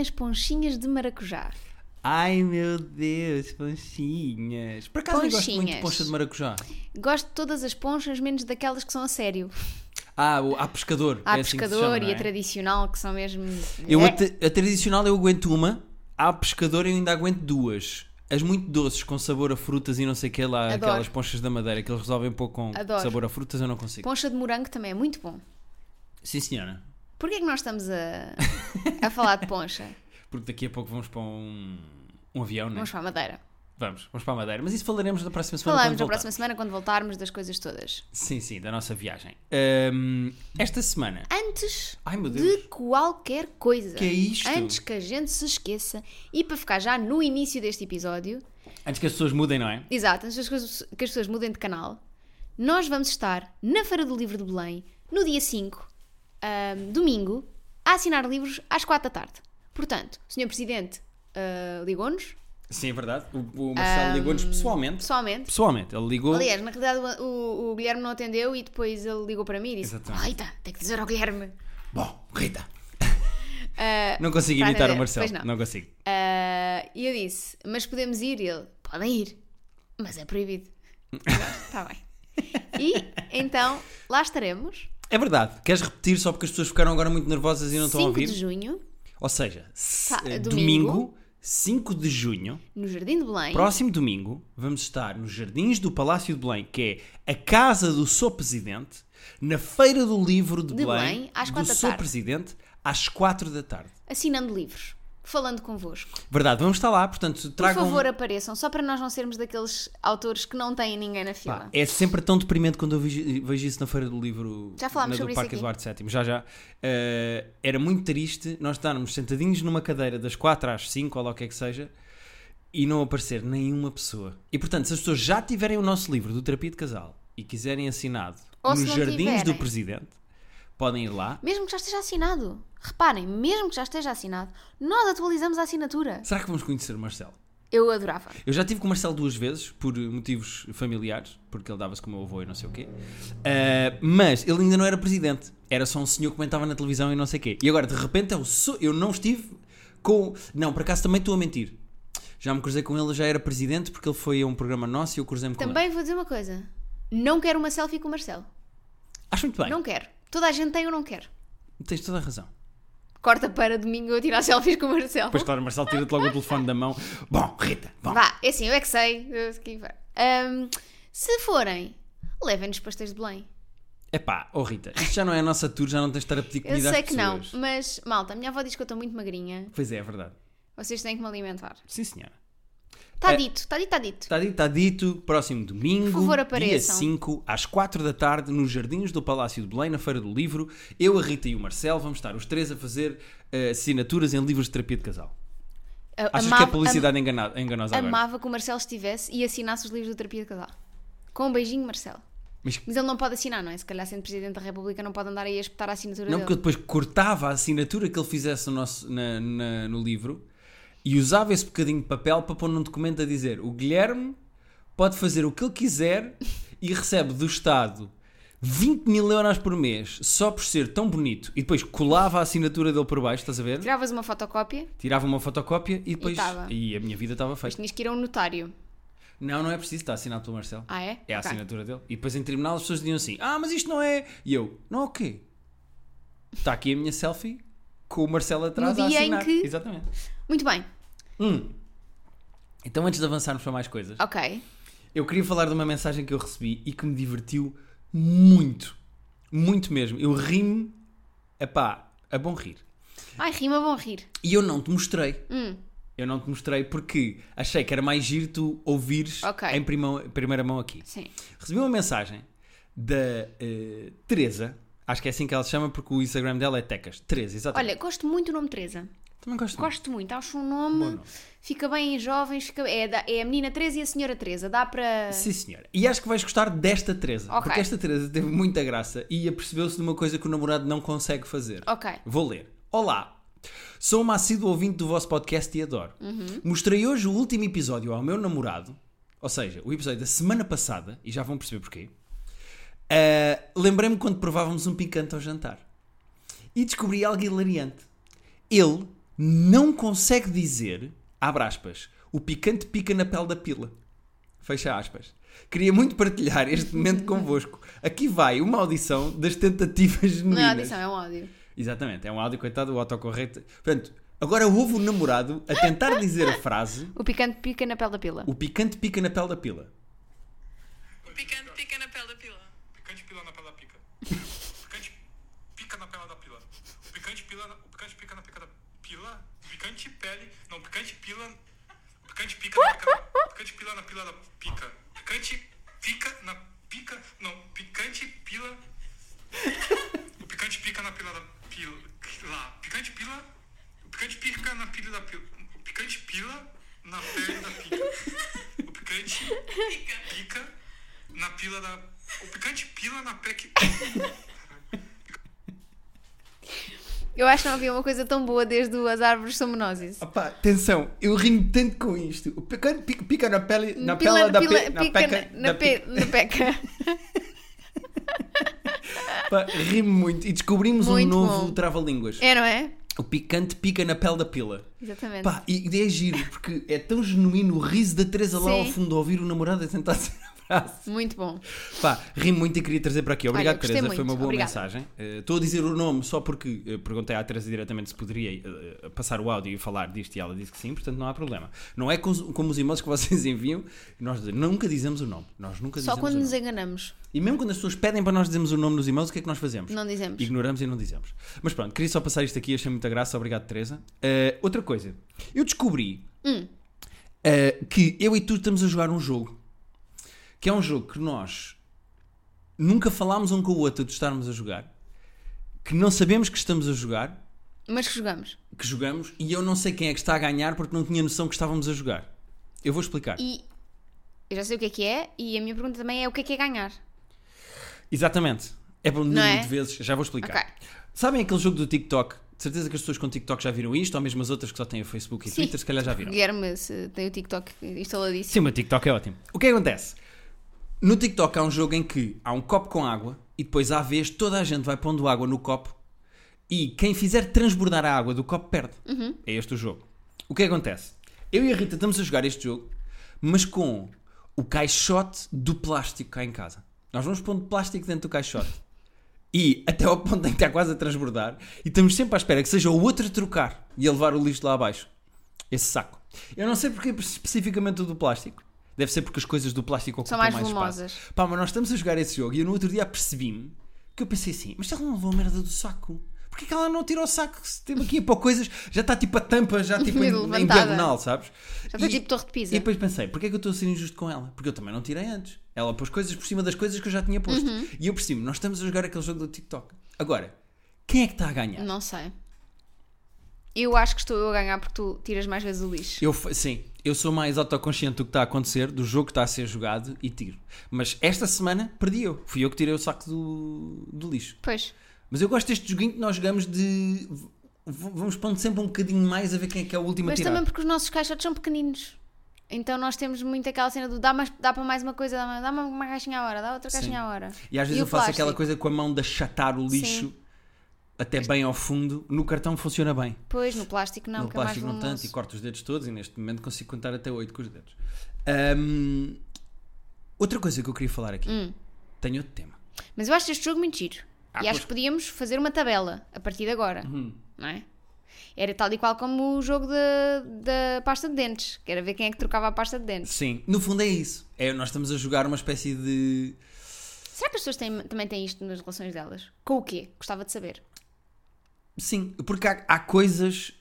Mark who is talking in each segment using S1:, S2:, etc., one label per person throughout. S1: as ponchinhas de maracujá.
S2: Ai meu Deus, ponchinhas. Por acaso eu gosto muito de
S1: Ponchinhas.
S2: poncha de maracujá.
S1: Gosto de todas as ponchas, menos daquelas que são a sério.
S2: Ah, o- há pescador.
S1: Há
S2: é assim que se
S1: pescador
S2: chama,
S1: e
S2: não
S1: a
S2: é?
S1: tradicional, que são mesmo.
S2: Eu
S1: É.
S2: a, tra- a tradicional eu aguento uma, a pescador eu ainda aguento duas. As muito doces, com sabor a frutas e não sei o que lá,
S1: Adoro.
S2: aquelas ponchas da madeira que eles resolvem pôr com
S1: Adoro.
S2: sabor a frutas, eu não consigo.
S1: Poncha de morango também é muito bom.
S2: Sim, senhora.
S1: Porquê é que nós estamos a, a falar de poncha?
S2: Porque daqui a pouco vamos para um, um avião, não é?
S1: Vamos para a Madeira.
S2: Vamos, vamos para a Madeira. Mas isso falaremos na próxima semana.
S1: Falamos na
S2: quando
S1: próxima
S2: voltar.
S1: semana quando voltarmos das coisas todas.
S2: Sim, sim, da nossa viagem. Ahm, esta semana.
S1: Antes
S2: Ai meu Deus.
S1: de qualquer coisa.
S2: Que é isto?
S1: Antes que a gente se esqueça e para ficar já no início deste episódio,
S2: Antes que as pessoas mudem, não é?
S1: exato, antes que as, que as pessoas mudem de canal, nós vamos estar na Feira do Livro de Belém, no dia 5, ahm, domingo, a assinar livros às 4 da tarde. Portanto, o Sr. Presidente ah, ligou-nos,
S2: Sim, é verdade. O, o Marcelo ligou-nos pessoalmente.
S1: pessoalmente.
S2: Pessoalmente, ele ligou.
S1: Aliás, na realidade o, o- o Guilherme não atendeu e depois ele ligou para mim e disse:
S2: Exatamente.
S1: Ai, tá, tem que dizer ao Guilherme.
S2: Bom, Rita. não consigo
S1: tá,
S2: imitar
S1: tá,
S2: o Marcelo.
S1: pois não.
S2: consigo.
S1: Ah, E eu disse: Mas podemos ir? E ele: Podem ir, mas é proibido. Está bem. E então lá estaremos,
S2: É verdade. Queres repetir só porque as pessoas ficaram agora muito nervosas e não estão a
S1: 5
S2: ouvir?
S1: de junho,
S2: Ou seja, se-
S1: Sa-
S2: eh,
S1: domingo.
S2: domingo, 5 de junho,
S1: no Jardim de Belém.
S2: próximo domingo, vamos estar nos Jardins do Palácio de Belém, que é a casa do Sr. Presidente, na Feira do Livro de,
S1: De
S2: Belém,
S1: Belém, às
S2: do
S1: quatro da
S2: Sr.
S1: tarde.
S2: Presidente, às 4 da tarde.
S1: Assinando livros, falando convosco.
S2: Verdade, vamos estar lá, portanto,
S1: Por
S2: tragam. um-
S1: favor, apareçam, só para nós não sermos daqueles autores que não têm ninguém na
S2: Pá,
S1: fila.
S2: é sempre tão deprimente quando eu vejo, vejo isso na Feira do Livro
S1: Já falámos
S2: na
S1: sobre
S2: do
S1: isso
S2: Parque
S1: aqui.
S2: Eduardo VII. Já, já. Eh, era muito triste nós estarmos sentadinhos numa cadeira das 4 às 5, ou lá o que é que seja, e não aparecer nenhuma pessoa. E portanto, se as pessoas já tiverem o nosso livro do Terapia de Casal e quiserem assinado
S1: Ou se
S2: nos
S1: não
S2: Jardins do
S1: tiverem.
S2: Presidente, podem ir lá.
S1: Mesmo que já esteja assinado. Reparem, mesmo que já esteja assinado, nós atualizamos a assinatura.
S2: Será que vamos conhecer o Marcelo?
S1: Eu adorava.
S2: Eu já tive com o Marcelo duas vezes, por motivos familiares, porque ele dava-se com o meu avô e não sei o quê. Ah, mas ele ainda não era presidente. Era só um senhor que comentava na televisão e não sei o quê. E agora, de repente, eu, sou- eu não estive com. Não, por acaso também estou a mentir. Já me cruzei com ele, ele já era presidente, porque ele foi a um programa nosso e eu cruzei-me com ele.
S1: Também vou dizer uma coisa. Não quero uma selfie com o Marcelo.
S2: Acho muito bem.
S1: Não quero. Toda a gente tem ou não quero.
S2: Tens toda a razão.
S1: Corta para domingo eu tirar selfies com o Marcelo.
S2: Depois, claro, o Marcelo tira-te logo o telefone da mão. Bom, Rita, bom.
S1: Vá, é assim, eu é que sei. Eu sei que vai. Ahm, se forem, levem-nos pastéis de Belém.
S2: Epá, oh Rita, isto já não é a nossa tour, já não tens de estar a pedir
S1: Eu
S2: comida às
S1: sei que não,
S2: pessoas.
S1: mas malta, a minha avó diz que eu estou muito magrinha.
S2: Pois é, é verdade.
S1: Vocês têm que me alimentar.
S2: Sim, senhora.
S1: Está
S2: É.
S1: dito, está dito, está dito.
S2: Está dito, está tá dito. Próximo domingo,
S1: Por favor,
S2: dia
S1: apareçam.
S2: 5, às 4 da tarde, nos Jardins do Palácio de Belém, na Feira do Livro. Eu, a Rita e o Marcelo vamos estar os três a fazer eh, assinaturas em livros de terapia de casal.
S1: A-
S2: Achas
S1: amava-
S2: que a publicidade é engana- é enganosa
S1: am-
S2: agora?
S1: amava que o Marcelo estivesse e assinasse os livros do Terapia de Casal. Com um beijinho, Marcelo.
S2: Mas
S1: Mas ele não pode assinar, não é? Se calhar sendo Presidente da República não pode andar aí a espetar a assinatura
S2: não,
S1: dele.
S2: porque eu depois cortava a assinatura que ele fizesse no, nosso, na- na- no livro e usava esse bocadinho de papel para pôr num documento a dizer o Guilherme pode fazer o que ele quiser e recebe do Estado 20 mil euros por mês só por ser tão bonito. E depois colava a assinatura dele por baixo, estás a ver?
S1: Tiravas uma fotocópia,
S2: Tirava uma fotocópia e depois...
S1: tava.
S2: E, a minha vida estava
S1: mas
S2: feita.
S1: tinhas que ir a um notário.
S2: Não, não é preciso, está assinado pelo Marcelo.
S1: Ah, é?
S2: É a
S1: Ok.
S2: assinatura dele. E depois em tribunal as pessoas diziam assim: Ah, mas isto não é. E eu: Não é o quê? Está aqui a minha selfie com o Marcelo atrás
S1: No
S2: a
S1: dia em
S2: assinar.
S1: que-
S2: Exatamente.
S1: Muito bem,
S2: Então antes de avançarmos para mais coisas,
S1: ok.
S2: eu queria falar de uma mensagem que eu recebi e que me divertiu muito. Muito mesmo. Eu ri-me, epá, a bom rir.
S1: Ai, rima bom rir.
S2: E eu não te mostrei.
S1: Hum.
S2: Eu não te mostrei porque achei que era mais giro tu ouvires
S1: Ok.
S2: em prima- primeira mão aqui.
S1: Sim.
S2: Recebi uma mensagem da eh, Teresa, acho que é assim que ela se chama porque o Instagram dela é Tecas. Teresa, exatamente.
S1: Olha, gosto muito do nome Teresa.
S2: também gosto. muito.
S1: Gosto muito, acho um nome.
S2: Bom nome.
S1: Fica bem em jovens, fica... é, da- é a menina Teresa e a senhora Teresa. Dá para.
S2: Sim, senhora. E acho que vais gostar desta Teresa,
S1: Ok.
S2: porque esta Teresa teve muita graça e apercebeu-se de uma coisa que o namorado não consegue fazer.
S1: Ok.
S2: Vou ler. Olá. Sou uma assídua ouvinte do vosso podcast e adoro.
S1: Uhum.
S2: Mostrei hoje o último episódio ao meu namorado, ou seja, o episódio da semana passada, e já vão perceber porquê. Ah, Lembrei-me quando provávamos um picante ao jantar. E descobri algo hilariante. Ele não consegue dizer, abre aspas, o picante pica na pele da pila. Fecha aspas. Queria muito partilhar este momento convosco. Aqui vai uma audição das tentativas
S1: Não
S2: genuínas.
S1: é audição, é um áudio.
S2: Exatamente, é um áudio, coitado, o autocorrente. Portanto, agora houve um namorado a tentar dizer a frase
S1: O picante pica na pele da pila.
S2: o picante pica na pele da pila.
S3: O picante pica na pele da pila.
S4: Picante pila na pela da pica. Picante pica na pela da pila. O picante pila, na- o picante pica na pica da pila. O picante pele, não, o picante pila, o picante pica na pica, da- o picante pila na pila da pica. Picante pica na pica, não, picante pila. O picante pica na pila da pila, lá. Picante pila, o picante pica na pila da pila. O picante pila na pele da pica. O picante pica, na pila da. O picante pila na pec.
S1: Eu acho que não havia uma coisa tão boa desde o As Árvores Somonoses.
S2: Opa, atenção, eu rinho tanto com isto. O picante pica, pica na pele, na
S1: Pila-
S2: pele da
S1: pila-
S2: pe-
S1: pica
S2: peca-
S1: na, na
S2: da
S1: pe-
S2: pica.
S1: na peca.
S2: Pá, Rimo muito e descobrimos um
S1: Muito
S2: novo
S1: bom.
S2: trava-línguas.
S1: É, não é?
S2: O picante pica na pele da pila.
S1: Exatamente.
S2: Pá, e e é giro, porque é tão genuíno o riso da Teresa lá ao
S1: Sim.
S2: fundo a ouvir o namorado a tentar dizer a frase.
S1: Muito bom.
S2: Pá, ri muito e queria trazer para aqui. Obrigado,
S1: Olha, gostei
S2: Teresa.
S1: muito.
S2: Foi uma boa
S1: Obrigada.
S2: mensagem. Eh, Estou a dizer o nome só porque eh, perguntei à Teresa diretamente se poderia eh, passar o áudio e falar disto e ela disse que sim, portanto não há problema. Não é cos- como os e-mails que vocês enviam, nós nunca dizemos o nome. Nós nunca
S1: Só
S2: dizemos
S1: quando
S2: o
S1: nos
S2: nome.
S1: enganamos,
S2: E mesmo quando as pessoas pedem para nós dizermos o nome nos e-mails, o que é que nós fazemos?
S1: não dizemos.
S2: Ignoramos e não dizemos. Mas pronto, queria só passar isto aqui, achei muita graça, obrigado, Teresa. Eh, outra coisa, eu descobri eh, que eu e tu estamos a jogar um jogo que é um jogo que nós nunca falámos um com o outro de estarmos a jogar, que não sabemos que estamos a jogar,
S1: Mas que jogamos.
S2: que jogamos, e eu não sei quem é que está a ganhar porque não tinha noção que estávamos a jogar. Eu vou explicar.
S1: E eu já sei o que é que é, e a minha pergunta também é o que é que é ganhar.
S2: Exatamente. É bom número
S1: é?
S2: de vezes, já vou explicar.
S1: Ok.
S2: Sabem aquele jogo do TikTok? De certeza que as pessoas com TikTok já viram isto, ou mesmo as outras que só têm o Facebook e
S1: Sim.
S2: Twitter, se calhar já viram.
S1: Guilherme se tem o TikTok instaladíssimo.
S2: Sim, o meu TikTok é ótimo. O que é que acontece? No TikTok há um jogo em que há um copo com água e depois à vez toda a gente vai pondo água no copo e quem fizer transbordar a água do copo perde.
S1: Uhum.
S2: É este o jogo. O que é que acontece? Eu e a Rita estamos a jogar este jogo, mas com o caixote do plástico cá em casa. Nós vamos pondo plástico dentro do caixote e até ao ponto em que está quase a transbordar e estamos sempre à espera que seja o outro a trocar e a levar o lixo lá abaixo esse saco. Eu não sei porque especificamente o do plástico. Deve ser porque as coisas do plástico ocupam
S1: São mais
S2: espaço.
S1: volumosas.
S2: Pá, mas nós estamos a jogar esse jogo e eu no outro dia percebi-me que eu pensei assim, mas ela não levou a merda do saco. Porquê que ela não tirou o saco? Se tem aqui para coisas, já está tipo a tampa, já tipo em, em
S1: Levantada.
S2: diagonal, sabes?
S1: Já está tipo torre de Pisa.
S2: E depois pensei, porquê é que eu estou a ser injusto com ela? Porque eu também não tirei antes. Ela pôs coisas por cima das coisas que eu já tinha posto.
S1: Uhum.
S2: E eu percebi, nós estamos a jogar aquele jogo do TikTok. Agora, quem é que está a ganhar?
S1: Não sei. Eu acho que estou eu a ganhar porque tu tiras mais vezes o lixo.
S2: Eu, fa- sim, eu sou mais autoconsciente do que está a acontecer, do jogo que está a ser jogado e tiro. Mas esta semana perdi eu. Fui eu que tirei o saco do, do lixo.
S1: Pois.
S2: Mas eu gosto deste joguinho que nós jogamos de. v- v- Vamos pondo sempre um bocadinho mais a ver quem é que é o último a
S1: Mas
S2: tirar.
S1: também porque os nossos caixotes são pequeninos. Então nós temos muito aquela cena do dá, mais, dá para mais uma coisa, dá, mais- dá uma, uma caixinha à hora, dá outra caixinha à hora.
S2: E às vezes
S1: o
S2: eu faço
S1: plástico?
S2: aquela coisa com a mão de achatar o lixo até bem ao fundo. No cartão funciona bem.
S1: Pois, no plástico não,
S2: no
S1: que é mais
S2: plástico não
S1: volumoso.
S2: tanto e corto os dedos todos e neste momento consigo contar até 8 com os dedos. Ahm, outra coisa que eu queria falar aqui.
S1: Hum.
S2: Tenho outro tema.
S1: Mas eu acho este jogo muito giro.
S2: Ah,
S1: e acho
S2: pois. Uhum.
S1: que podíamos fazer uma tabela a partir de agora. Não é? Era tal e qual como o jogo da- da pasta de dentes. Que era ver quem é que trocava a pasta de dentes.
S2: Sim, no fundo é isso. É, nós estamos a jogar uma espécie de.
S1: Será que as pessoas têm- também têm isto nas relações delas? Com o quê? Gostava de saber.
S2: Sim, porque há, há coisas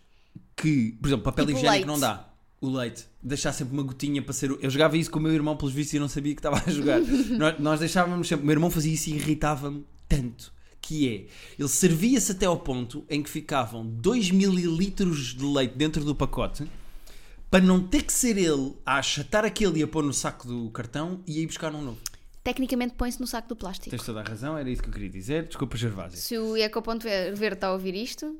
S2: que. Por exemplo, papel
S1: Tipo
S2: higiênico
S1: leite.
S2: não dá. O leite. Deixar sempre uma gotinha para ser. o- Eu jogava isso com o meu irmão, pelos vistos, e eu não sabia que estava a jogar. nós, nós deixávamos sempre. O meu irmão fazia isso e irritava-me tanto. Que é, ele servia-se até ao ponto em que ficavam 2 mililitros de leite dentro do pacote para não ter que ser ele a achatar aquele e a pôr no saco do cartão e a ir buscar um novo.
S1: Tecnicamente põe-se no saco do plástico.
S2: Tens toda a razão, era isso que eu queria dizer. Desculpa, Gervásio.
S1: Se o Ecoponto Verde está a ouvir isto,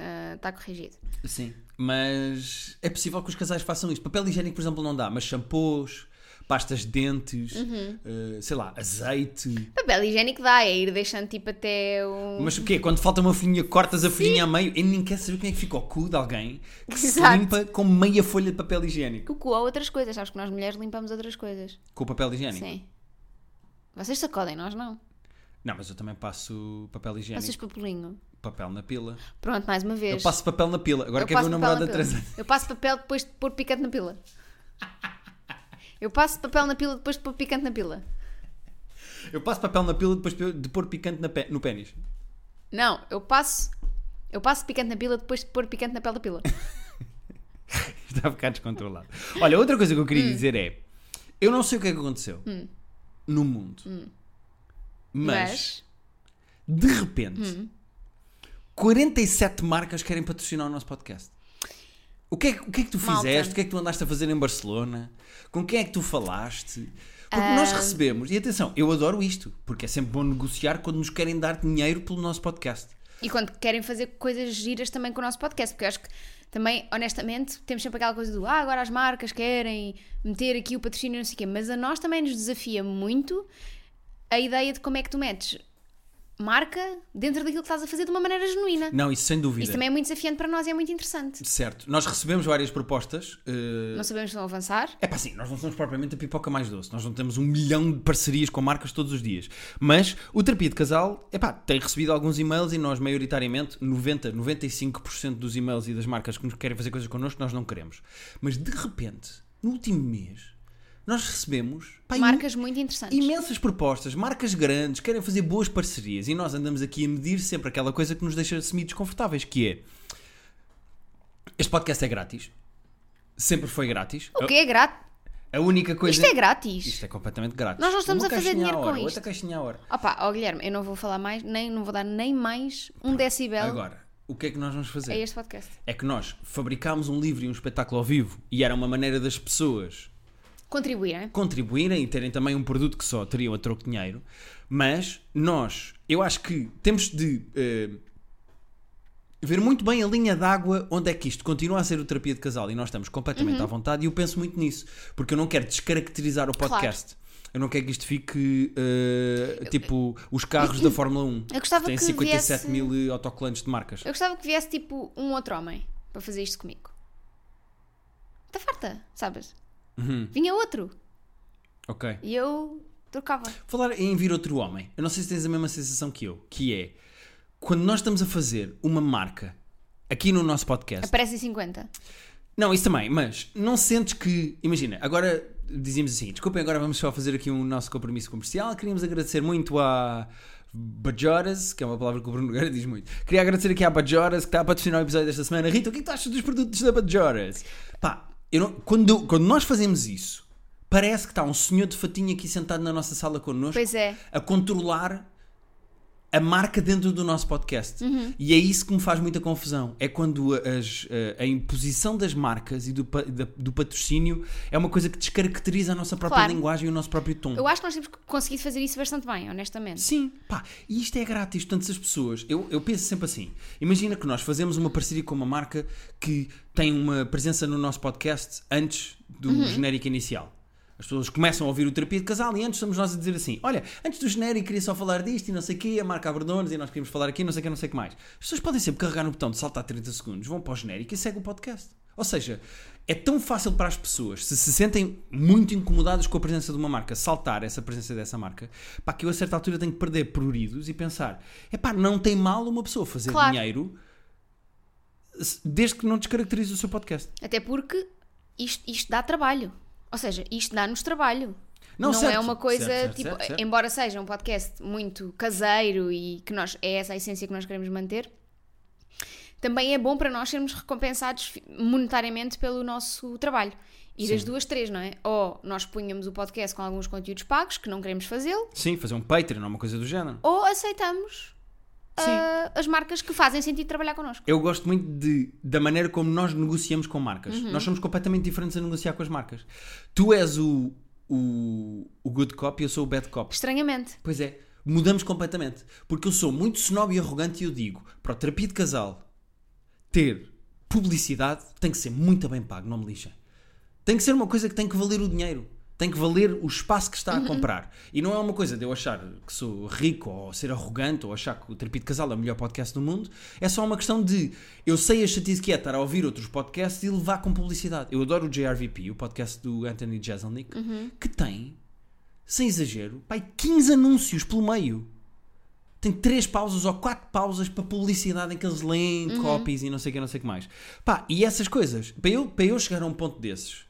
S1: ah, está corrigido.
S2: Sim, mas é possível que os casais façam isto. Papel higiênico, por exemplo, não dá, mas shampoos, pastas de dentes,
S1: Uhum.
S2: eh, sei lá, azeite.
S1: Papel higiênico dá, é ir deixando tipo até um.
S2: Mas o quê? Quando falta uma folhinha, cortas a folhinha a meio e nem quer saber como é que fica o cu de alguém que se
S1: Exato.
S2: limpa com meia folha de papel higiênico.
S1: O cu ou outras coisas, sabes que nós mulheres limpamos outras coisas.
S2: Com o papel higiênico?
S1: Sim. Vocês sacodem, nós não.
S2: É, Não, mas eu também passo papel higiênico,
S1: Passas papelinho.
S2: papel na pila.
S1: Pronto, mais uma vez.
S2: Eu passo papel na pila. Agora
S1: Eu
S2: quer ver o
S1: passo papel
S2: namorado
S1: na pila.
S2: atrasado.
S1: Eu passo papel depois de pôr picante na pila. Eu passo papel na pila depois de pôr picante na pila.
S2: Eu passo papel na pila depois de pôr picante na pé- no pênis.
S1: Não, eu passo. Eu passo picante na pila depois de pôr picante na pele da pila.
S2: Está a ficar descontrolado. Olha, outra coisa que eu
S1: Hum.
S2: queria dizer é: eu não sei o que é que aconteceu no mundo, mas,
S1: Hum. Mas. Hum.
S2: de repente, 47 marcas querem patrocinar o nosso podcast. O que, é, que- o que é que tu
S1: Malta.
S2: fizeste? O que é que tu andaste a fazer em Barcelona? Com quem é que tu falaste? Porque
S1: Ah.
S2: nós recebemos, e atenção, eu adoro isto, porque é sempre bom negociar quando nos querem dar dinheiro pelo nosso podcast.
S1: E quando querem fazer coisas giras também com o nosso podcast, porque eu acho que também, honestamente, temos sempre aquela coisa do ah, agora as marcas querem meter aqui o patrocínio, não sei o quê, mas a nós também nos desafia muito a ideia de como é que tu metes marca dentro daquilo que estás a fazer de uma maneira genuína.
S2: Não, isso sem dúvida.
S1: Isso também é muito desafiante para nós e é muito interessante.
S2: Certo. Nós recebemos várias propostas. eh,
S1: Não sabemos se vão avançar.
S2: É pá, sim, nós não somos propriamente a pipoca mais doce. Nós não temos um milhão de parcerias com marcas todos os dias. Mas o Terapia de Casal, é pá, tem recebido alguns e-mails e nós, maioritariamente, 90, 95% dos e-mails e das marcas que nos querem fazer coisas connosco, nós não queremos. Mas de repente, no último mês, nós recebemos pá, im-
S1: Marcas muito interessantes.
S2: imensas propostas, marcas grandes, querem fazer boas parcerias e nós andamos aqui a medir sempre aquela coisa que nos deixa semi-desconfortáveis, que é. Este podcast é grátis. Sempre foi grátis.
S1: O que é grátis?
S2: A única coisa.
S1: Isto é grátis.
S2: Isto é completamente grátis.
S1: Nós não estamos
S2: Uma
S1: a fazer
S2: caixinha
S1: dinheiro
S2: à hora,
S1: com
S2: Outra
S1: isto.
S2: caixinha à hora.
S1: Opa, ó Guilherme, eu não vou falar mais, nem não vou dar nem mais um decibel
S2: Agora, o que é que nós vamos fazer?
S1: a
S2: É,
S1: este podcast.
S2: que nós fabricámos um livro e um espetáculo ao vivo e era uma maneira das pessoas
S1: Contribuírem.
S2: contribuírem e terem também um produto que só teriam a troco de dinheiro, mas nós, eu acho que temos de eh, ver muito bem a linha d'água onde é que isto continua a ser o terapia de casal e nós estamos completamente
S1: Uhum.
S2: à vontade e eu penso muito nisso, porque eu não quero descaracterizar o podcast. Eu não quero que isto fique eh, tipo os carros da Fórmula 1
S1: Eu gostava
S2: que têm
S1: que
S2: 57
S1: viesse-
S2: mil eh, autocolantes de marcas.
S1: Eu gostava que viesse tipo um outro homem para fazer isto comigo. Está farta, sabes? Vinha outro
S2: Ok.
S1: e eu trocava.
S2: Falar em vir outro homem. Eu não sei se tens a mesma sensação que eu, que é quando nós estamos a fazer uma marca aqui no nosso podcast.
S1: Aparecem 50.
S2: Não, isso também, mas não sentes que. Imagina, agora dizíamos assim: desculpem, agora vamos só fazer aqui um nosso compromisso comercial. Queríamos agradecer muito à Bajoras, que é uma palavra que o Bruno Nogueira diz muito. Queria agradecer aqui à Bajoras, que está a patrocinar o episódio desta semana. Rita, o que é que tu achas dos produtos da Bajoras? Pá, eu não- quando, quando nós fazemos isso, parece que está um senhor de fatinha aqui sentado na nossa sala connosco
S1: Pois é.
S2: a controlar a marca dentro do nosso podcast.
S1: Uhum.
S2: E é isso que me faz muita confusão. É quando as, eh, a, a imposição das marcas e do, pa- da- do patrocínio é uma coisa que descaracteriza a nossa própria
S1: Claro.
S2: linguagem e o nosso próprio tom.
S1: Eu acho que nós temos conseguido fazer isso bastante bem, honestamente.
S2: Sim, pá, e isto é grátis. Portanto, se as pessoas. Eu, eu penso sempre assim. Imagina que nós fazemos uma parceria com uma marca que tem uma presença no nosso podcast antes do genérico inicial. As pessoas começam a ouvir o terapia de casal e antes somos nós a dizer assim: olha, antes do genérico queria só falar disto e não sei o quê, a marca Aberdones e nós queríamos falar aqui, não sei o que, não sei o que mais. As pessoas podem sempre carregar no botão de saltar 30 segundos, vão para o genérico e seguem o podcast. Ou seja, é tão fácil para as pessoas, se se sentem muito incomodadas com a presença de uma marca, saltar essa presença dessa marca, pá, que eu a certa altura tenho que perder pruridos e pensar: é pá, não tem mal uma pessoa fazer
S1: Claro.
S2: dinheiro se- desde que não descaracterize o seu podcast.
S1: Até porque isto, isto dá trabalho. Ou seja, isto dá-nos trabalho.
S2: Não,
S1: Não,
S2: certo.
S1: é uma coisa
S2: Certo, certo,
S1: tipo.
S2: certo, certo.
S1: Embora seja um podcast muito caseiro e que nós, é essa a essência que nós queremos manter, também é bom para nós sermos recompensados fi- monetariamente pelo nosso trabalho. E das duas, três, não é? Ou nós punhamos o podcast com alguns conteúdos pagos, que não queremos fazê-lo,
S2: Sim, fazer um Patreon ou uma coisa do género.
S1: ou aceitamos
S2: Sim.
S1: ah, as marcas que fazem sentido trabalhar connosco.
S2: Eu gosto muito de- da maneira como nós negociamos com marcas. Nós somos completamente diferentes a negociar com as marcas. Tu és o, o, o good cop e eu sou o bad cop.
S1: Estranhamente.
S2: Pois é, mudamos completamente. Porque eu sou muito snob e arrogante e eu digo, para o terapia de casal ter publicidade tem que ser muito bem pago, não me lixa. Tem que ser uma coisa que tem que valer o dinheiro. tem que valer o espaço que está a comprar. E não é uma coisa de eu achar que sou rico ou ser arrogante ou achar que o Tripito Casal é o melhor podcast do mundo. É só uma questão de eu sei a chatice que é estar a ouvir outros podcasts e levar com publicidade. Eu adoro o JRVP, o podcast do Anthony Jeselnik, que tem, sem exagero, pai, 15 anúncios pelo meio. Tem três pausas ou quatro pausas para publicidade em que eles leem copies e não sei o que, não sei o que mais. Pá, e essas coisas, para eu, para eu chegar a um ponto desses,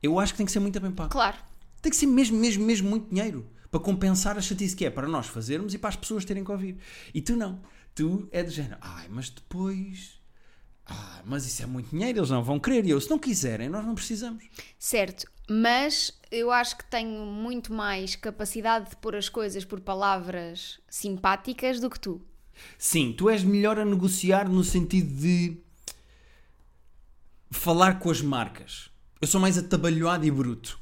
S2: eu acho que tem que ser muito bem pago.
S1: Claro.
S2: Tem que ser mesmo, mesmo, mesmo muito dinheiro para compensar a chatice que é para nós fazermos e para as pessoas terem que ouvir. E tu não. Tu é do género, ai, mas depois. Ah, mas isso é muito dinheiro, eles não vão querer. E eu, se não quiserem, nós não precisamos.
S1: Certo, mas eu acho que tenho muito mais capacidade de pôr as coisas por palavras simpáticas do que tu.
S2: Sim, tu és melhor a negociar no sentido de falar com as marcas. Eu sou mais atabalhoado e bruto.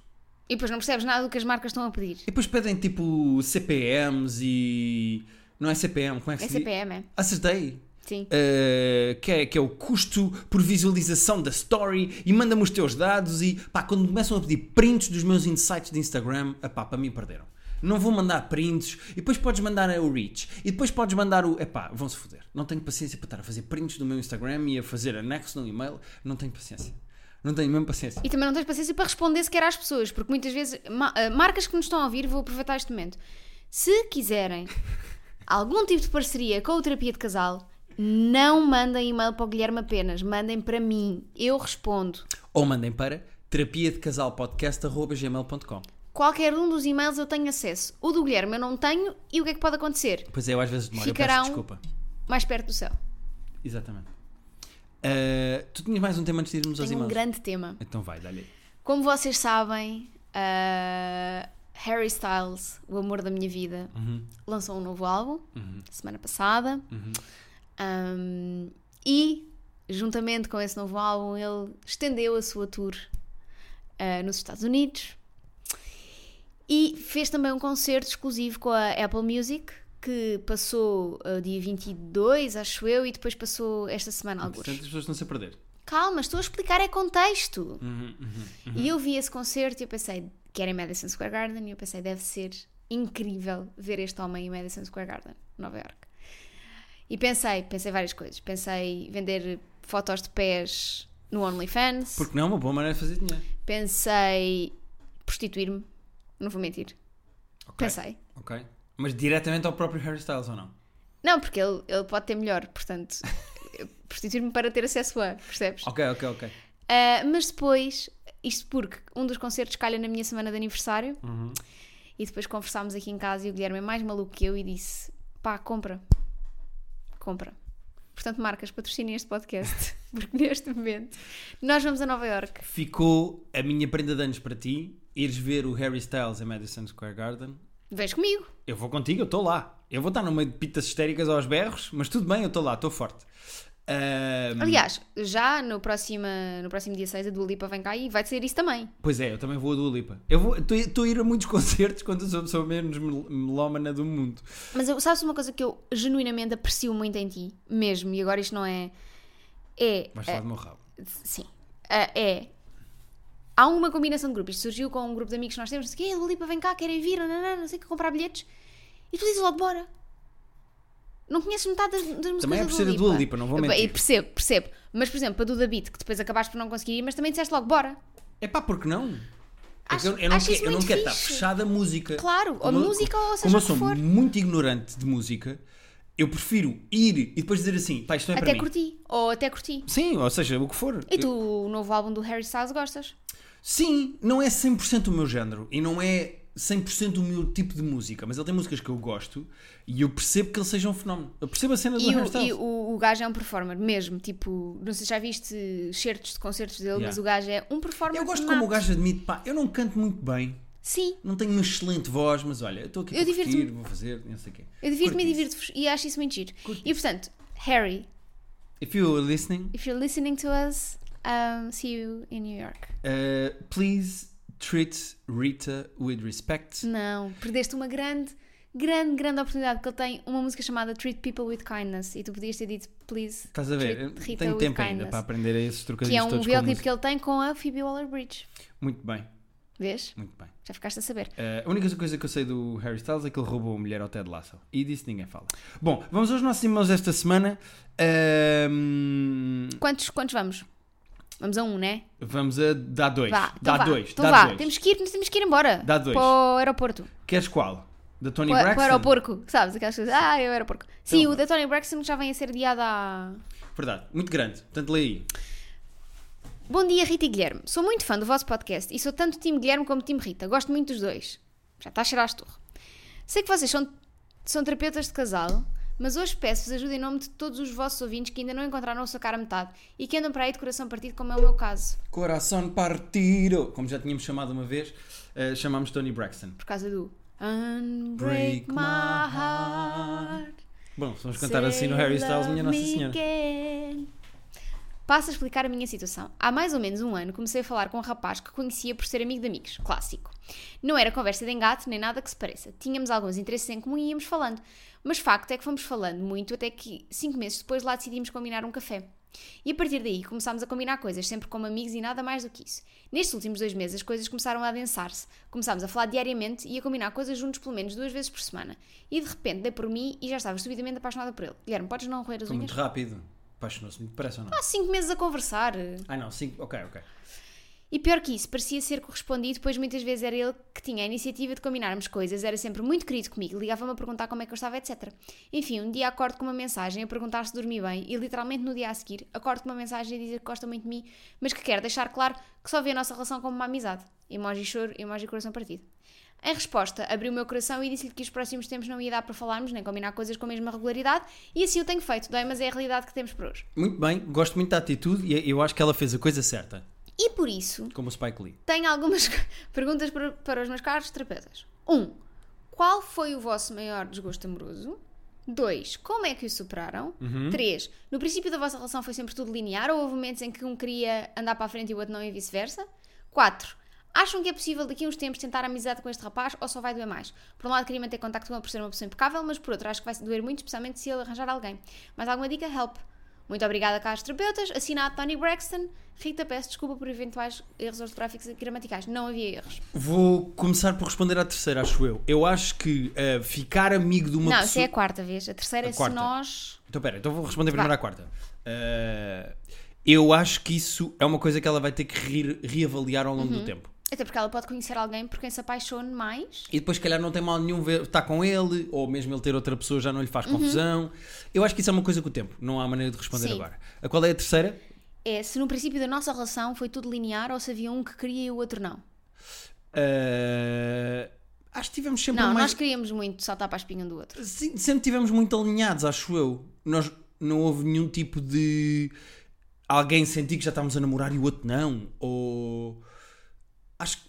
S1: E depois não percebes nada do que as marcas estão a pedir.
S2: E depois pedem tipo CPMs e. Não é CPM, como é que
S1: É
S2: se diz?
S1: CPM, é?
S2: Acertei.
S1: Sim.
S2: Uh, que, é, que é o custo por visualização da story e manda-me os teus dados e pá, quando começam a pedir prints dos meus insights de Instagram, epá, para mim perderam. Não vou mandar prints e depois podes mandar o reach e depois podes mandar o epá, vão-se foder. Não tenho paciência para estar a fazer prints do meu Instagram e a fazer anexo no e-mail. Não tenho paciência. Não tenho mesmo paciência.
S1: E também não tens paciência para responder sequer às pessoas, porque muitas vezes ma- ah, marcas que nos estão a ouvir, vou aproveitar este momento. Se quiserem algum tipo de parceria com o terapia de casal, não mandem e-mail para o Guilherme apenas, mandem para mim, eu respondo.
S2: Ou mandem para terapia de casal podcast.gmail.com.
S1: Qualquer um dos e-mails eu tenho acesso. O do Guilherme eu não tenho e o que é que pode acontecer?
S2: Pois é, eu às vezes demoro, eu
S1: Ficará
S2: peço
S1: um-
S2: desculpa.
S1: Mais perto do céu.
S2: Exatamente. Uh, tu tinhas mais um tema antes de irmos aos
S1: Tenho um
S2: e-mails?
S1: grande tema.
S2: Então vai, dá-lhe aí.
S1: Como vocês sabem, ah, Harry Styles, o amor da minha vida, lançou um novo álbum semana passada. Ahm, e, juntamente com esse novo álbum, ele estendeu a sua tour ah, nos Estados Unidos e fez também um concerto exclusivo com a Apple Music. Que passou ah, dia 22, acho eu, e depois passou esta semana, alguns.
S2: Portanto, as pessoas estão-se a perder.
S1: Calma, estou a explicar é contexto.
S2: Uhum, uhum.
S1: E eu vi esse concerto e eu pensei que era em Madison Square Garden e eu pensei deve ser incrível ver este homem em Madison Square Garden, Nova York. E pensei, pensei várias coisas. Pensei vender fotos de pés no OnlyFans.
S2: Porque não é uma boa maneira de fazer dinheiro.
S1: Pensei prostituir-me. Não vou mentir.
S2: Ok.
S1: Pensei.
S2: Ok. Mas diretamente ao próprio Harry Styles ou não?
S1: Não, porque ele, ele pode ter melhor, portanto, prostituir-me para ter acesso a, percebes?
S2: Ok, ok, ok.
S1: Ah, mas depois, isto porque um dos concertos calha na minha semana de aniversário e depois conversámos aqui em casa e o Guilherme é mais maluco que eu e disse: pá, compra. Compra. Portanto, marcas, patrocinem este podcast, porque neste momento nós vamos a Nova York.
S2: Ficou a minha prenda de anos para ti. Ires ver o Harry Styles em Madison Square Garden.
S1: Vês comigo?
S2: Eu vou contigo, eu estou lá. Eu vou estar no meio de pitas histéricas aos berros, mas tudo bem, eu estou lá, estou forte. Ahm,
S1: Aliás, já no próximo, no próximo dia 6 a Dua Lipa vem cá e vai ser isso também.
S2: Pois é, eu também vou a Dua Lipa. Eu vou- estou estou a ir a muitos concertos quando eu sou, sou a menos mel- melómana do mundo.
S1: Mas eu- sabes uma coisa que eu genuinamente aprecio muito em ti, mesmo, e agora isto não é. É.
S2: Vais falar do meu rabo.
S1: Sim. Ah, é. Há uma combinação de grupos. Isto surgiu com um grupo de amigos que nós temos. Não sei o quê, "Ei, Lipa, vem cá, querem vir, nananã, não sei o que, comprar bilhetes. E tu dizes logo, bora. Não conheces metade das, das músicas
S2: Também é
S1: da
S2: por ser a
S1: Dua
S2: Dua Lipa, não vou mentir.
S1: E percebo, percebo. Mas, por exemplo, a Duda Beat, que depois acabaste por não conseguir ir, mas também disseste logo, bora.
S2: É pá, porque não? É que
S1: Acho-
S2: eu, eu não,
S1: acho
S2: quero,
S1: isso
S2: eu não
S1: muito
S2: quero estar
S1: fixe.
S2: fechada a música.
S1: Claro, ou
S2: Como eu-
S1: música ou seja
S2: Como
S1: o
S2: eu
S1: que
S2: sou
S1: for.
S2: muito ignorante de música, eu prefiro ir e depois dizer assim, pá, isto não é
S1: até
S2: para mim.
S1: curti. Ou até curti.
S2: Sim, ou seja, o que for.
S1: E tu, o novo álbum do Harry Styles, gostas?
S2: Sim, não é 100% o meu género e não é 100% o meu tipo de música, mas ele tem músicas que eu gosto e eu percebo que ele seja um fenómeno. Eu percebo a cena do
S1: E,
S2: Harry
S1: o, e
S2: Styles.
S1: o, o gajo é um performer, mesmo. Tipo, não sei se já viste certos de concertos dele,
S2: Yeah.
S1: mas o gajo é um performer.
S2: Eu gosto
S1: nato.
S2: como o gajo admite, pá, eu não canto muito bem,
S1: Sim,
S2: não tenho uma excelente voz, mas olha, eu estou aqui
S1: Eu
S2: para
S1: divirto-me.
S2: curtir, vou fazer, não sei o quê.
S1: eu divirto-me e
S2: Curti isso.
S1: divirto-vos e acho isso muito giro. E portanto, Harry,
S2: If you're listening,
S1: if you're listening to us, um, see you in New York.
S2: uh, please treat Rita with respect.
S1: Não, perdeste uma grande, grande, grande oportunidade, porque ele tem uma música chamada Treat People with Kindness e tu podias ter dito, please.
S2: Estás a ver?
S1: Treat Rita
S2: Tenho
S1: with
S2: tempo
S1: kindness.
S2: ainda para aprender a esses
S1: Que é
S2: trocadilhos
S1: um
S2: todos com a
S1: videoclipe
S2: música.
S1: que ele tem com a Phoebe Waller Bridge.
S2: Muito bem.
S1: Vês?
S2: Muito bem.
S1: Já ficaste a saber.
S2: Eh, a única coisa que eu sei do Harry Styles é que ele roubou a mulher ao Ted Lasso. E disso ninguém fala. Bom, vamos aos nossos irmãos desta semana. Ahm,
S1: Quantos, quantos vamos? Vamos a um, né?
S2: vamos a. Dá dois.
S1: Vá, então
S2: dá
S1: vá.
S2: dois.
S1: Então
S2: dá
S1: vá.
S2: dois.
S1: Temos que ir, temos que ir embora.
S2: Dá dois.
S1: Para o aeroporto.
S2: Queres qual? Da Tony
S1: Para,
S2: Braxton?
S1: para é- o porco, sabes? Aquelas coisas. Ah, eu era porco. Sim,
S2: Então
S1: o da Tony Braxton já vem a ser adiado há.
S2: Verdade, muito grande. Portanto, lê aí.
S1: Bom dia, Rita e Guilherme. Sou muito fã do vosso podcast e sou tanto time Guilherme como time Rita. Gosto muito dos dois. Já está a cheirar a esturro. Sei que vocês são, são terapeutas de casal, mas hoje peço-vos ajuda em nome de todos os vossos ouvintes que ainda não encontraram a sua cara a metade e que andam para aí de coração partido, como é o meu caso,
S2: Coração partido. Como já tínhamos chamado uma vez, eh, chamámos Tony Braxton.
S1: por causa do Unbreak
S2: Break
S1: My
S2: my
S1: Heart.
S2: Bom, se vamos cantar assim no Harry Styles, minha Nossa Senhora.
S1: Passo a explicar a minha situação. Há mais ou menos um ano comecei a falar com um rapaz que conhecia por ser amigo de amigos, clássico. Não era conversa de engate nem nada que se pareça. Tínhamos alguns interesses em comum e íamos falando. Mas facto é que fomos falando muito até que cinco meses depois lá decidimos combinar um café. E a partir daí começámos a combinar coisas, sempre como amigos e nada mais do que isso. Nestes últimos dois meses as coisas começaram a adensar-se. Começámos a falar diariamente e a combinar coisas juntos pelo menos duas vezes por semana. E de repente dei por mim e já estava subidamente apaixonada por ele. Guilherme, podes não roer as
S2: Foi
S1: unhas?
S2: muito rápido. Apaixonou-se muito depressa ou não?
S1: Há cinco meses a conversar.
S2: Ah, não, cinco. Ok, ok.
S1: E pior que isso, parecia ser correspondido, pois muitas vezes era ele que tinha a iniciativa de combinarmos coisas, era sempre muito querido comigo, ligava-me a perguntar como é que eu estava, etc. Enfim, um dia acordo com uma mensagem a perguntar se dormi bem e literalmente no dia a seguir acordo com uma mensagem a dizer que gosta muito de mim, mas que quer deixar claro que só vê a nossa relação como uma amizade. Emoji choro, emoji coração partido. Em resposta, abri o meu coração e disse-lhe que os próximos tempos não ia dar para falarmos nem combinar coisas com a mesma regularidade e assim o tenho feito, dói, mas é a realidade que temos por hoje.
S2: Muito bem, gosto muito da atitude e eu acho que ela fez a coisa certa.
S1: E por isso,
S2: Como o Spike Lee.
S1: Tenho algumas perguntas para, para os meus caros terapeutas. 1. Um, qual foi o vosso maior desgosto amoroso? 2. Como é que o superaram? 3. No princípio da vossa relação foi sempre tudo linear ou houve momentos em que um queria andar para a frente e o outro não e vice-versa? 4. Acham que é possível daqui a uns tempos tentar amizade com este rapaz ou só vai doer mais? Por um lado queria manter contacto com ele por ser uma pessoa impecável, mas por outro acho que vai doer muito, especialmente se ele arranjar alguém. Mais alguma dica? Help! Muito obrigada, caros terapeutas. Assinado Tony Braxton. Rita, peço desculpa por eventuais erros ortográficos e gramaticais. Não havia erros.
S2: Vou começar por responder à terceira, acho eu. Eu acho que eh, ficar amigo de uma
S1: não, isso
S2: pessoa.
S1: é a quarta vez. A terceira
S2: A
S1: é se
S2: quarta.
S1: nós.
S2: Então, pera, então vou responder primeiro à quarta. Eh, eu acho que isso é uma coisa que ela vai ter que re- reavaliar ao longo
S1: Uhum.
S2: do tempo.
S1: Até porque ela pode conhecer alguém por quem se apaixone mais.
S2: E depois, se calhar, não tem mal nenhum ver- estar com ele, ou mesmo ele ter outra pessoa já não lhe
S1: Uhum.
S2: faz confusão. Eu acho que isso é uma coisa com o tempo, não há maneira de responder
S1: Sim.
S2: agora. A qual é a terceira?
S1: É se no princípio da nossa relação foi tudo linear ou se havia um que queria e o outro não.
S2: Eh, acho que tivemos sempre um
S1: Não,
S2: mais.
S1: nós queríamos muito saltar para a espinha um do outro.
S2: Sim, sempre tivemos muito alinhados, acho eu. Nós não houve nenhum tipo de alguém sentir que já estávamos a namorar e o outro não, ou acho que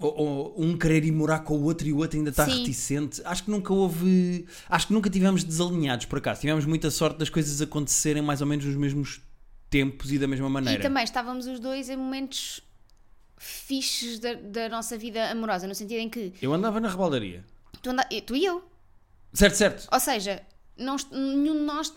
S2: ou, ou um querer ir morar com o outro e o outro ainda está
S1: Sim.
S2: reticente. Acho que nunca houve, acho que nunca tivemos desalinhados por acaso. Tivemos muita sorte das coisas acontecerem mais ou menos nos mesmos tempos e da mesma maneira.
S1: E também estávamos os dois em momentos fixes da, da nossa vida amorosa, no sentido em que
S2: Eu andava na rebaldaria.
S1: tu, anda- tu e eu
S2: Certo, certo.
S1: Ou seja, não est- nenhum de nós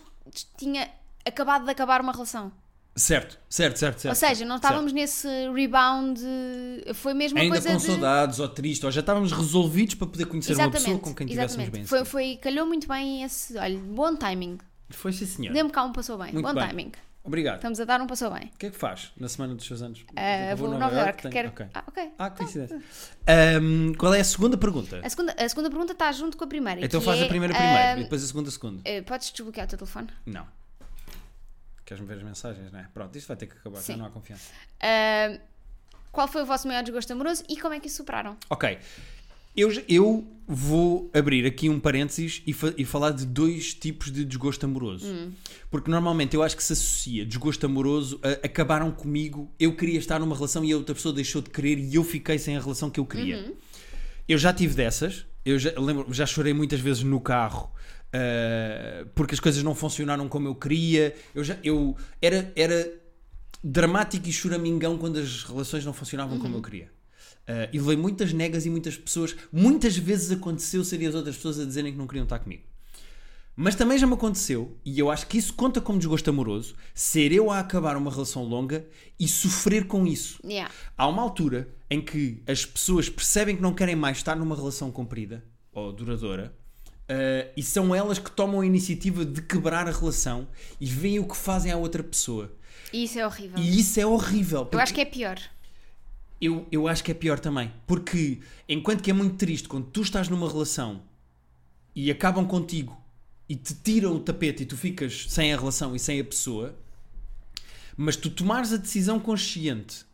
S1: tinha acabado de acabar uma relação.
S2: Certo, certo, certo, certo.
S1: Ou seja, não estávamos nesse rebound. eh, Foi mesmo uma
S2: Ainda
S1: coisa
S2: com
S1: de...
S2: saudades ou triste, ou já estávamos resolvidos para poder conhecer
S1: Exatamente,
S2: uma pessoa com quem tivéssemos
S1: exatamente.
S2: bem.
S1: foi, foi- calhou muito bem esse. Olha, bom timing.
S2: Foi sim, senhor.
S1: Dê-me cá um passou bem.
S2: É. Muito
S1: bom
S2: bem.
S1: timing.
S2: Obrigado.
S1: Estamos a dar um passou bem.
S2: O que é que faz na semana dos seus anos?
S1: Ah,
S2: Eu
S1: vou a Nova York.
S2: tenho-
S1: Quero...
S2: ok.
S1: Ah, ok.
S2: Ah,
S1: Então,
S2: coincidência. Ahm, qual é a segunda pergunta?
S1: a, segunda, a segunda pergunta está junto com a primeira.
S2: Então
S1: que
S2: faz
S1: é,
S2: a primeira
S1: ah,
S2: primeiro e depois a segunda segunda.
S1: eh, Podes desbloquear o teu telefone?
S2: Não. Queres-me ver as mensagens, não é? Pronto, isto vai ter que acabar,
S1: Sim.
S2: já não há confiança.
S1: Ah, qual foi o vosso maior desgosto amoroso e como é que o superaram?
S2: Ok. Eu, já- eu vou abrir aqui um parênteses e, fa- e falar de dois tipos de desgosto amoroso. Porque normalmente eu acho que se associa desgosto amoroso a acabaram comigo, eu queria estar numa relação e a outra pessoa deixou de querer e eu fiquei sem a relação que eu queria. Eu já tive dessas, eu já, lembro, já chorei muitas vezes no carro. ah, porque as coisas não funcionaram como eu queria, eu já eu era, era dramático e choramingão quando as relações não funcionavam como eu queria. Ah, e levei muitas negas e muitas pessoas. Muitas vezes aconteceu serem as outras pessoas a dizerem que não queriam estar comigo. Mas também já me aconteceu, e eu acho que isso conta como desgosto amoroso, ser eu a acabar uma relação longa e sofrer com isso.
S1: Yeah.
S2: Há uma altura em que as pessoas percebem que não querem mais estar numa relação comprida ou duradoura eh, e são elas que tomam a iniciativa de quebrar a relação e veem o que fazem à outra pessoa.
S1: E isso é horrível.
S2: E isso é horrível.
S1: Eu
S2: porque-
S1: acho que é pior.
S2: eu, eu acho que é pior também. Porque enquanto que é muito triste quando tu estás numa relação e acabam contigo e te tiram o tapete e tu ficas sem a relação e sem a pessoa, mas tu tomares a decisão consciente.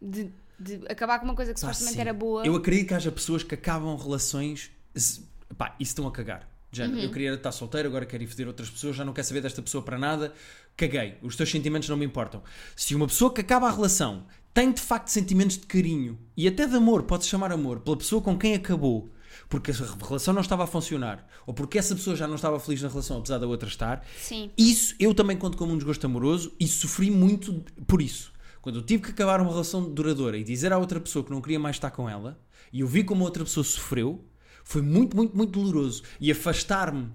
S1: De, de acabar com uma coisa que
S2: Pá,
S1: supostamente
S2: Ah, sim.
S1: era boa.
S2: Eu acredito que haja pessoas que acabam relações se- pá, e se estão a cagar. Já,
S1: Uhum.
S2: Eu queria estar solteiro, agora quero ir foder outras pessoas, já não quero saber desta pessoa para nada. Caguei, os teus sentimentos não me importam. Se uma pessoa que acaba a relação tem de facto sentimentos de carinho e até de amor, pode chamar amor, pela pessoa com quem acabou, porque a relação não estava a funcionar, ou porque essa pessoa já não estava feliz na relação, apesar da outra estar,
S1: Sim.
S2: isso eu também conto como um desgosto amoroso e sofri muito por isso. Quando eu tive que acabar uma relação duradoura e dizer à outra pessoa que não queria mais estar com ela, e eu vi como a outra pessoa sofreu, foi muito, muito, muito doloroso. E afastar-me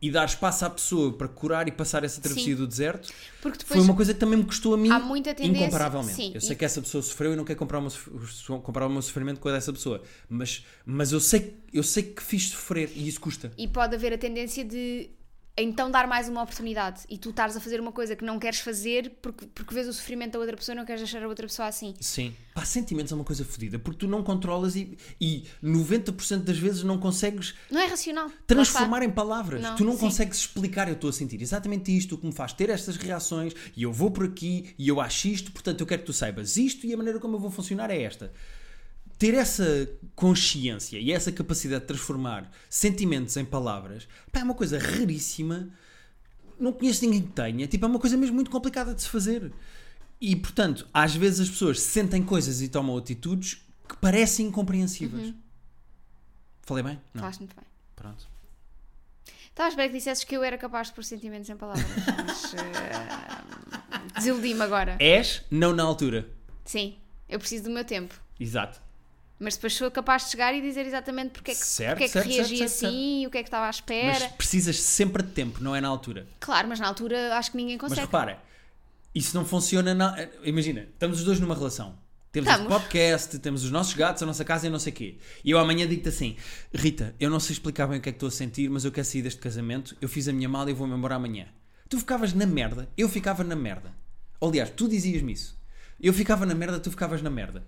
S2: e dar espaço à pessoa para curar e passar essa travessia
S1: Sim.
S2: do deserto
S1: Porque
S2: foi
S1: depois
S2: uma coisa que também me custou a mim
S1: há muita tendência-
S2: incomparavelmente.
S1: sim,
S2: eu
S1: e-
S2: sei que essa pessoa sofreu e não quero comprar o meu, sof- comparar o meu sofrimento com o dessa pessoa, mas, mas eu, sei, eu sei que fiz sofrer e isso custa.
S1: E pode haver a tendência de então dar mais uma oportunidade e tu estares a fazer uma coisa que não queres fazer porque, porque vês o sofrimento da outra pessoa e não queres deixar a outra pessoa assim.
S2: Sim. Pá, sentimentos é uma coisa fodida, porque tu não controlas e, e 90% das vezes não consegues
S1: Não é racional. Lá
S2: transformar em palavras.
S1: Não,
S2: tu não
S1: sim.
S2: consegues explicar, eu estou a sentir exatamente isto, o que me faz ter estas reações, e eu vou por aqui, e eu acho isto, portanto eu quero que tu saibas isto, e a maneira como eu vou funcionar é esta. Ter essa consciência e essa capacidade de transformar sentimentos em palavras pá, é uma coisa raríssima. Não conheço ninguém que tenha. Tipo, é uma coisa mesmo muito complicada de se fazer. E, portanto, às vezes as pessoas sentem coisas e tomam atitudes que parecem incompreensíveis.
S1: Uhum.
S2: Falei bem?
S1: Está.
S2: Não.
S1: Falaste muito bem.
S2: Pronto.
S1: Estava à espera que dissesses que eu era capaz de pôr sentimentos em palavras, mas eh, desiludi-me agora.
S2: És, não na altura.
S1: Sim, eu preciso do meu tempo.
S2: Exato.
S1: Mas depois sou capaz de chegar e dizer exatamente porque é que,
S2: Certo,
S1: porque é que
S2: certo,
S1: reagi
S2: certo, certo,
S1: assim, o que é que estava à espera.
S2: Mas precisas sempre de tempo, não é na altura.
S1: Claro, mas na altura acho que ninguém
S2: Mas
S1: consegue.
S2: repara, isso não funciona na. Imagina, estamos os dois numa relação. Temos este
S1: Estamos.
S2: podcast, temos os nossos gatos, a nossa casa e não sei o quê. E eu amanhã digo-te assim: Rita, eu não sei explicar bem o que é que estou a sentir, mas eu quero sair deste casamento, eu fiz a minha mala e vou-me embora amanhã. Tu ficavas na merda, eu ficava na merda. Aliás, tu dizias-me isso. Eu ficava na merda, tu ficavas na merda.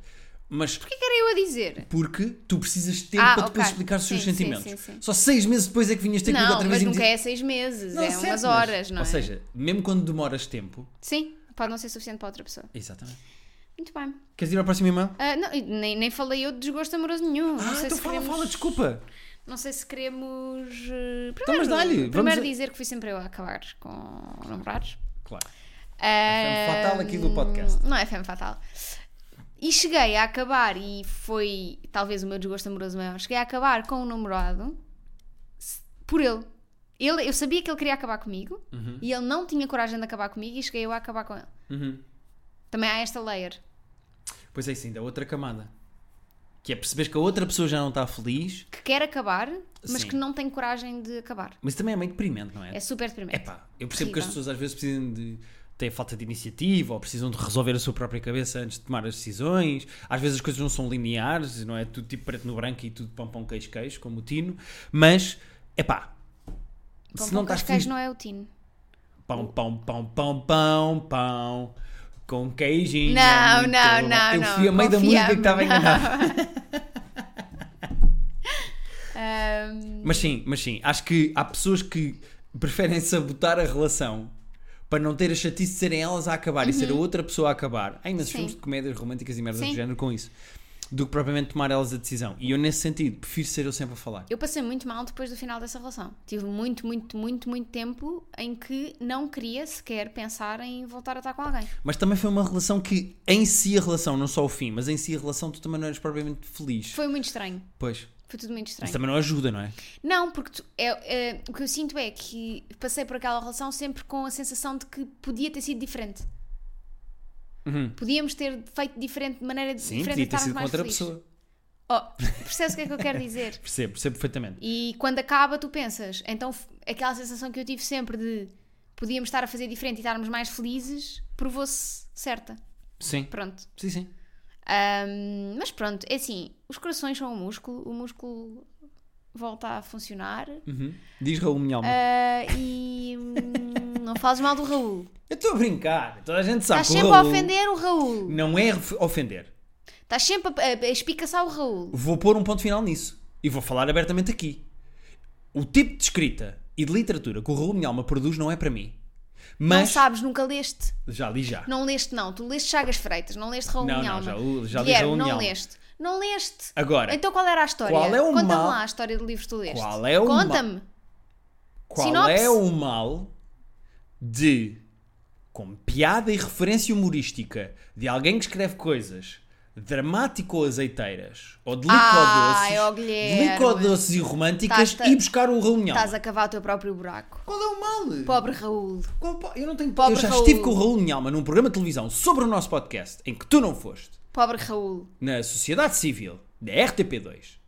S2: Mas
S1: O que é que era eu a dizer?
S2: Porque tu precisas de tempo
S1: Ah,
S2: para depois
S1: ok.
S2: explicar os teus
S1: Sim, sim,
S2: sentimentos.
S1: sim, sim.
S2: Só seis meses depois é que vinhas ter comigo
S1: Não,
S2: outra
S1: mas
S2: vez e me
S1: nunca
S2: dizer-
S1: é seis meses,
S2: Não,
S1: é
S2: certo,
S1: umas
S2: mas-
S1: horas, não é?
S2: Ou seja, mesmo quando demoras tempo.
S1: Sim, pode não ser suficiente para outra pessoa.
S2: Exatamente.
S1: Muito bem.
S2: Queres ir ao próximo e-mail?
S1: Ah, não, e nem, nem falei eu de desgosto amoroso nenhum. não,
S2: ah,
S1: sei
S2: então
S1: se
S2: fala,
S1: queremos,
S2: fala, desculpa. Então,
S1: não sei se queremos. eh, Primeiro,
S2: mas dá-lhe, vamos
S1: primeiro
S2: a-
S1: dizer que fui sempre eu a acabar com namorados.
S2: Claro.
S1: Ah,
S2: fatal aqui do podcast.
S1: Não é FM fatal. E cheguei a acabar, e foi talvez o meu desgosto amoroso maior. Cheguei a acabar com um namorado se- por ele. ele eu sabia que ele queria acabar comigo e ele não tinha coragem de acabar comigo e cheguei eu a acabar com ele.
S2: Uhum.
S1: Também há esta layer.
S2: Pois é, isso ainda é outra camada. Que é perceberes que a outra pessoa já não está feliz,
S1: que quer acabar, mas
S2: Sim.
S1: que não tem coragem de acabar.
S2: mas também é meio deprimente, não é?
S1: É super deprimente.
S2: Epá, eu percebo que as
S1: Horrível.
S2: pessoas às vezes precisam de ter falta de iniciativa ou precisam de resolver a sua própria cabeça antes de tomar as decisões. Às vezes as coisas não são lineares, não é tudo tipo preto no branco e tudo pão pão queijo queijo, como o Tino, mas epá,
S1: Pão,
S2: se não
S1: pão,
S2: estás
S1: cascais
S2: feliz,
S1: não é o Tino.
S2: pão pão pão pão pão pão com queijinho. é
S1: Não,
S2: muito
S1: não,
S2: bom.
S1: não,
S2: Eu
S1: não,
S2: fui a meio da música que estava
S1: confiamos,
S2: enganado.
S1: Ahm,
S2: Mas sim, mas sim, acho que há pessoas que preferem sabotar a relação para não ter a chatice de serem elas a acabar e ser a outra pessoa a acabar. Há imensos
S1: Uhum. Sim.
S2: filmes de comédias românticas e merdas
S1: Sim.
S2: do género com isso. Do que propriamente tomar elas a decisão. E eu, nesse sentido, prefiro ser eu sempre a falar.
S1: eu passei muito mal depois do final dessa relação. Tive muito, muito, muito, muito tempo em que não queria sequer pensar em voltar a estar com alguém.
S2: Mas também foi uma relação que, em si, a relação, não só o fim, mas em si a relação, tu também não eras propriamente feliz.
S1: Foi muito estranho.
S2: Pois.
S1: Foi tudo muito
S2: Isso
S1: estranho.
S2: também não ajuda, não é?
S1: Não, porque tu- é- é, o que eu sinto é que passei por aquela relação sempre com a sensação de que podia ter sido diferente.
S2: Uhum.
S1: Podíamos ter feito diferente de maneira
S2: Sim,
S1: diferente e
S2: Uhum. podia ter
S1: estarmos
S2: sido com
S1: mais
S2: outra
S1: felizes.
S2: pessoa.
S1: Oh, percebes o que é que eu quero dizer?
S2: Percebo, percebo perfeitamente.
S1: E quando acaba, tu pensas, então f- aquela sensação que eu tive sempre de podíamos estar a fazer diferente e estarmos mais felizes, provou-se certa.
S2: Sim,
S1: Pronto.
S2: sim, sim.
S1: Ahm, mas pronto, é assim, os corações são o músculo, o músculo volta a funcionar.
S2: Uhum. Diz Raul minha alma.
S1: Ah, e hum, não fales mal do Raul.
S2: Eu estou a brincar. Toda a gente sabe
S1: Estás
S2: que Tá o
S1: sempre
S2: Raul
S1: a ofender o Raul.
S2: não é ref- ofender.
S1: Estás sempre a, a, a espicaçar o Raul.
S2: Vou pôr um ponto final nisso. E vou falar abertamente aqui. O tipo de escrita e de literatura que o Raul Minha Alma produz não é para mim.
S1: Não
S2: Mas
S1: sabes, nunca leste.
S2: já li já.
S1: Não leste, não. Tu leste Chagas Freitas, não leste Raul
S2: Não,
S1: Minha
S2: não,
S1: Alma.
S2: já o- já li
S1: Guilherme,
S2: Raul Minha
S1: não
S2: Alma.
S1: leste. Não leste.
S2: Agora,
S1: Então qual era a história?
S2: Qual é o
S1: Conta-me
S2: mal-
S1: lá a história do livro que tu leste.
S2: Qual é o mal-
S1: Conta-me.
S2: qual
S1: sinopse.
S2: é o mal de, com piada e referência humorística, de alguém que escreve coisas dramático ou azeiteiras, ou de
S1: Ai, ó, Ah,
S2: licodoces, de
S1: é Guilherme.
S2: licodoces e românticas,
S1: Estás-te-
S2: e buscar o Raul Minha
S1: Estás
S2: Alma?
S1: a cavar o teu próprio buraco.
S2: Qual é o mal?
S1: Pobre Raul.
S2: Qual po- Eu não tenho
S1: Pobre
S2: Eu já
S1: Raul.
S2: estive com o Raul Minha Alma num programa de televisão sobre o nosso podcast, em que tu não foste,
S1: Pobre Raul.
S2: na Sociedade Civil, da RTP2.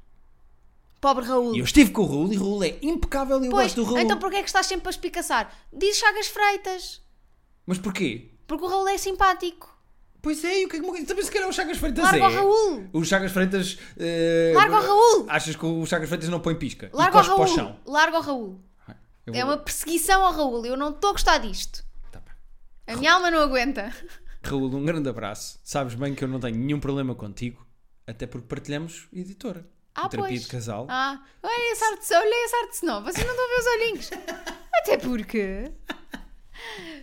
S1: Pobre Raul.
S2: E eu estive com o Raul e o Raul é impecável e eu
S1: Pois,
S2: gosto do Raul.
S1: então porquê é que estás sempre a espicaçar? Diz Chagas Freitas.
S2: Mas porquê?
S1: Porque o Raul é simpático.
S2: Pois é, e o que é que me... Também se calhar o Chagas Freitas
S1: Larga
S2: é.
S1: o Raul.
S2: O Chagas Freitas... eh,
S1: Larga o Raul.
S2: Achas que o Chagas Freitas não põe pisca? e
S1: Larga o
S2: cospe para o
S1: Raul.
S2: chão.
S1: Larga o Raul.
S2: Eu
S1: É
S2: vou-
S1: uma perseguição ao Raul. Eu não estou a gostar disto.
S2: Tá bem.
S1: A minha alma não aguenta.
S2: Raul, um grande abraço. Sabes bem que eu não tenho nenhum problema contigo, até porque partilhamos editora.
S1: Ah,
S2: O terapia
S1: pois.
S2: de casal.
S1: Ah, olha essa arte, olha essa arte nova. Vocês não estão a ver os olhinhos. Até porque... eh,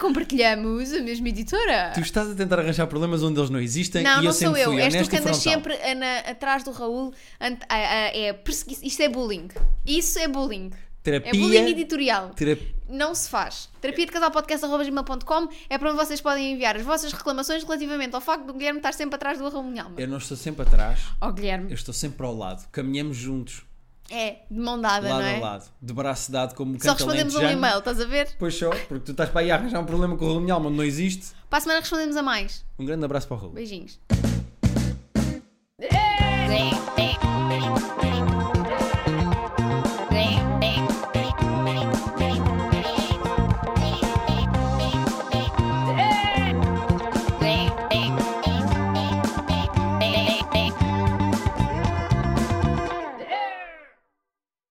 S1: Compartilhamos a mesma editora.
S2: Tu estás a tentar arranjar problemas onde eles não existem
S1: Não,
S2: e eu
S1: não sou
S2: sempre
S1: eu.
S2: fui
S1: És tu
S2: honesto
S1: que
S2: e
S1: andas
S2: frontal.
S1: sempre eh, na- atrás do Raul. ant- ah, ah, é persegui- Isto é bullying. Isso é bullying.
S2: Terapia,
S1: É bullying editorial.
S2: terapia
S1: Não se faz. Terapia de casal podcast.gmail.com é para onde vocês podem enviar as vossas reclamações relativamente ao facto do Guilherme estar sempre atrás do Raul Minha Alma.
S2: Eu não estou sempre atrás,
S1: Oh,
S2: eu
S1: Guilherme.
S2: estou sempre ao lado. Caminhamos juntos,
S1: É, de mão dada,
S2: lado
S1: não é?
S2: a lado, de braço dado como
S1: Só
S2: canta
S1: respondemos a um
S2: alentejano.
S1: e-mail, estás a ver?
S2: Pois só, porque tu estás para aí a arranjar um problema com o Raul Minha Alma, onde não existe.
S1: Para a semana respondemos a mais.
S2: Um grande abraço para o Raul.
S1: Beijinhos.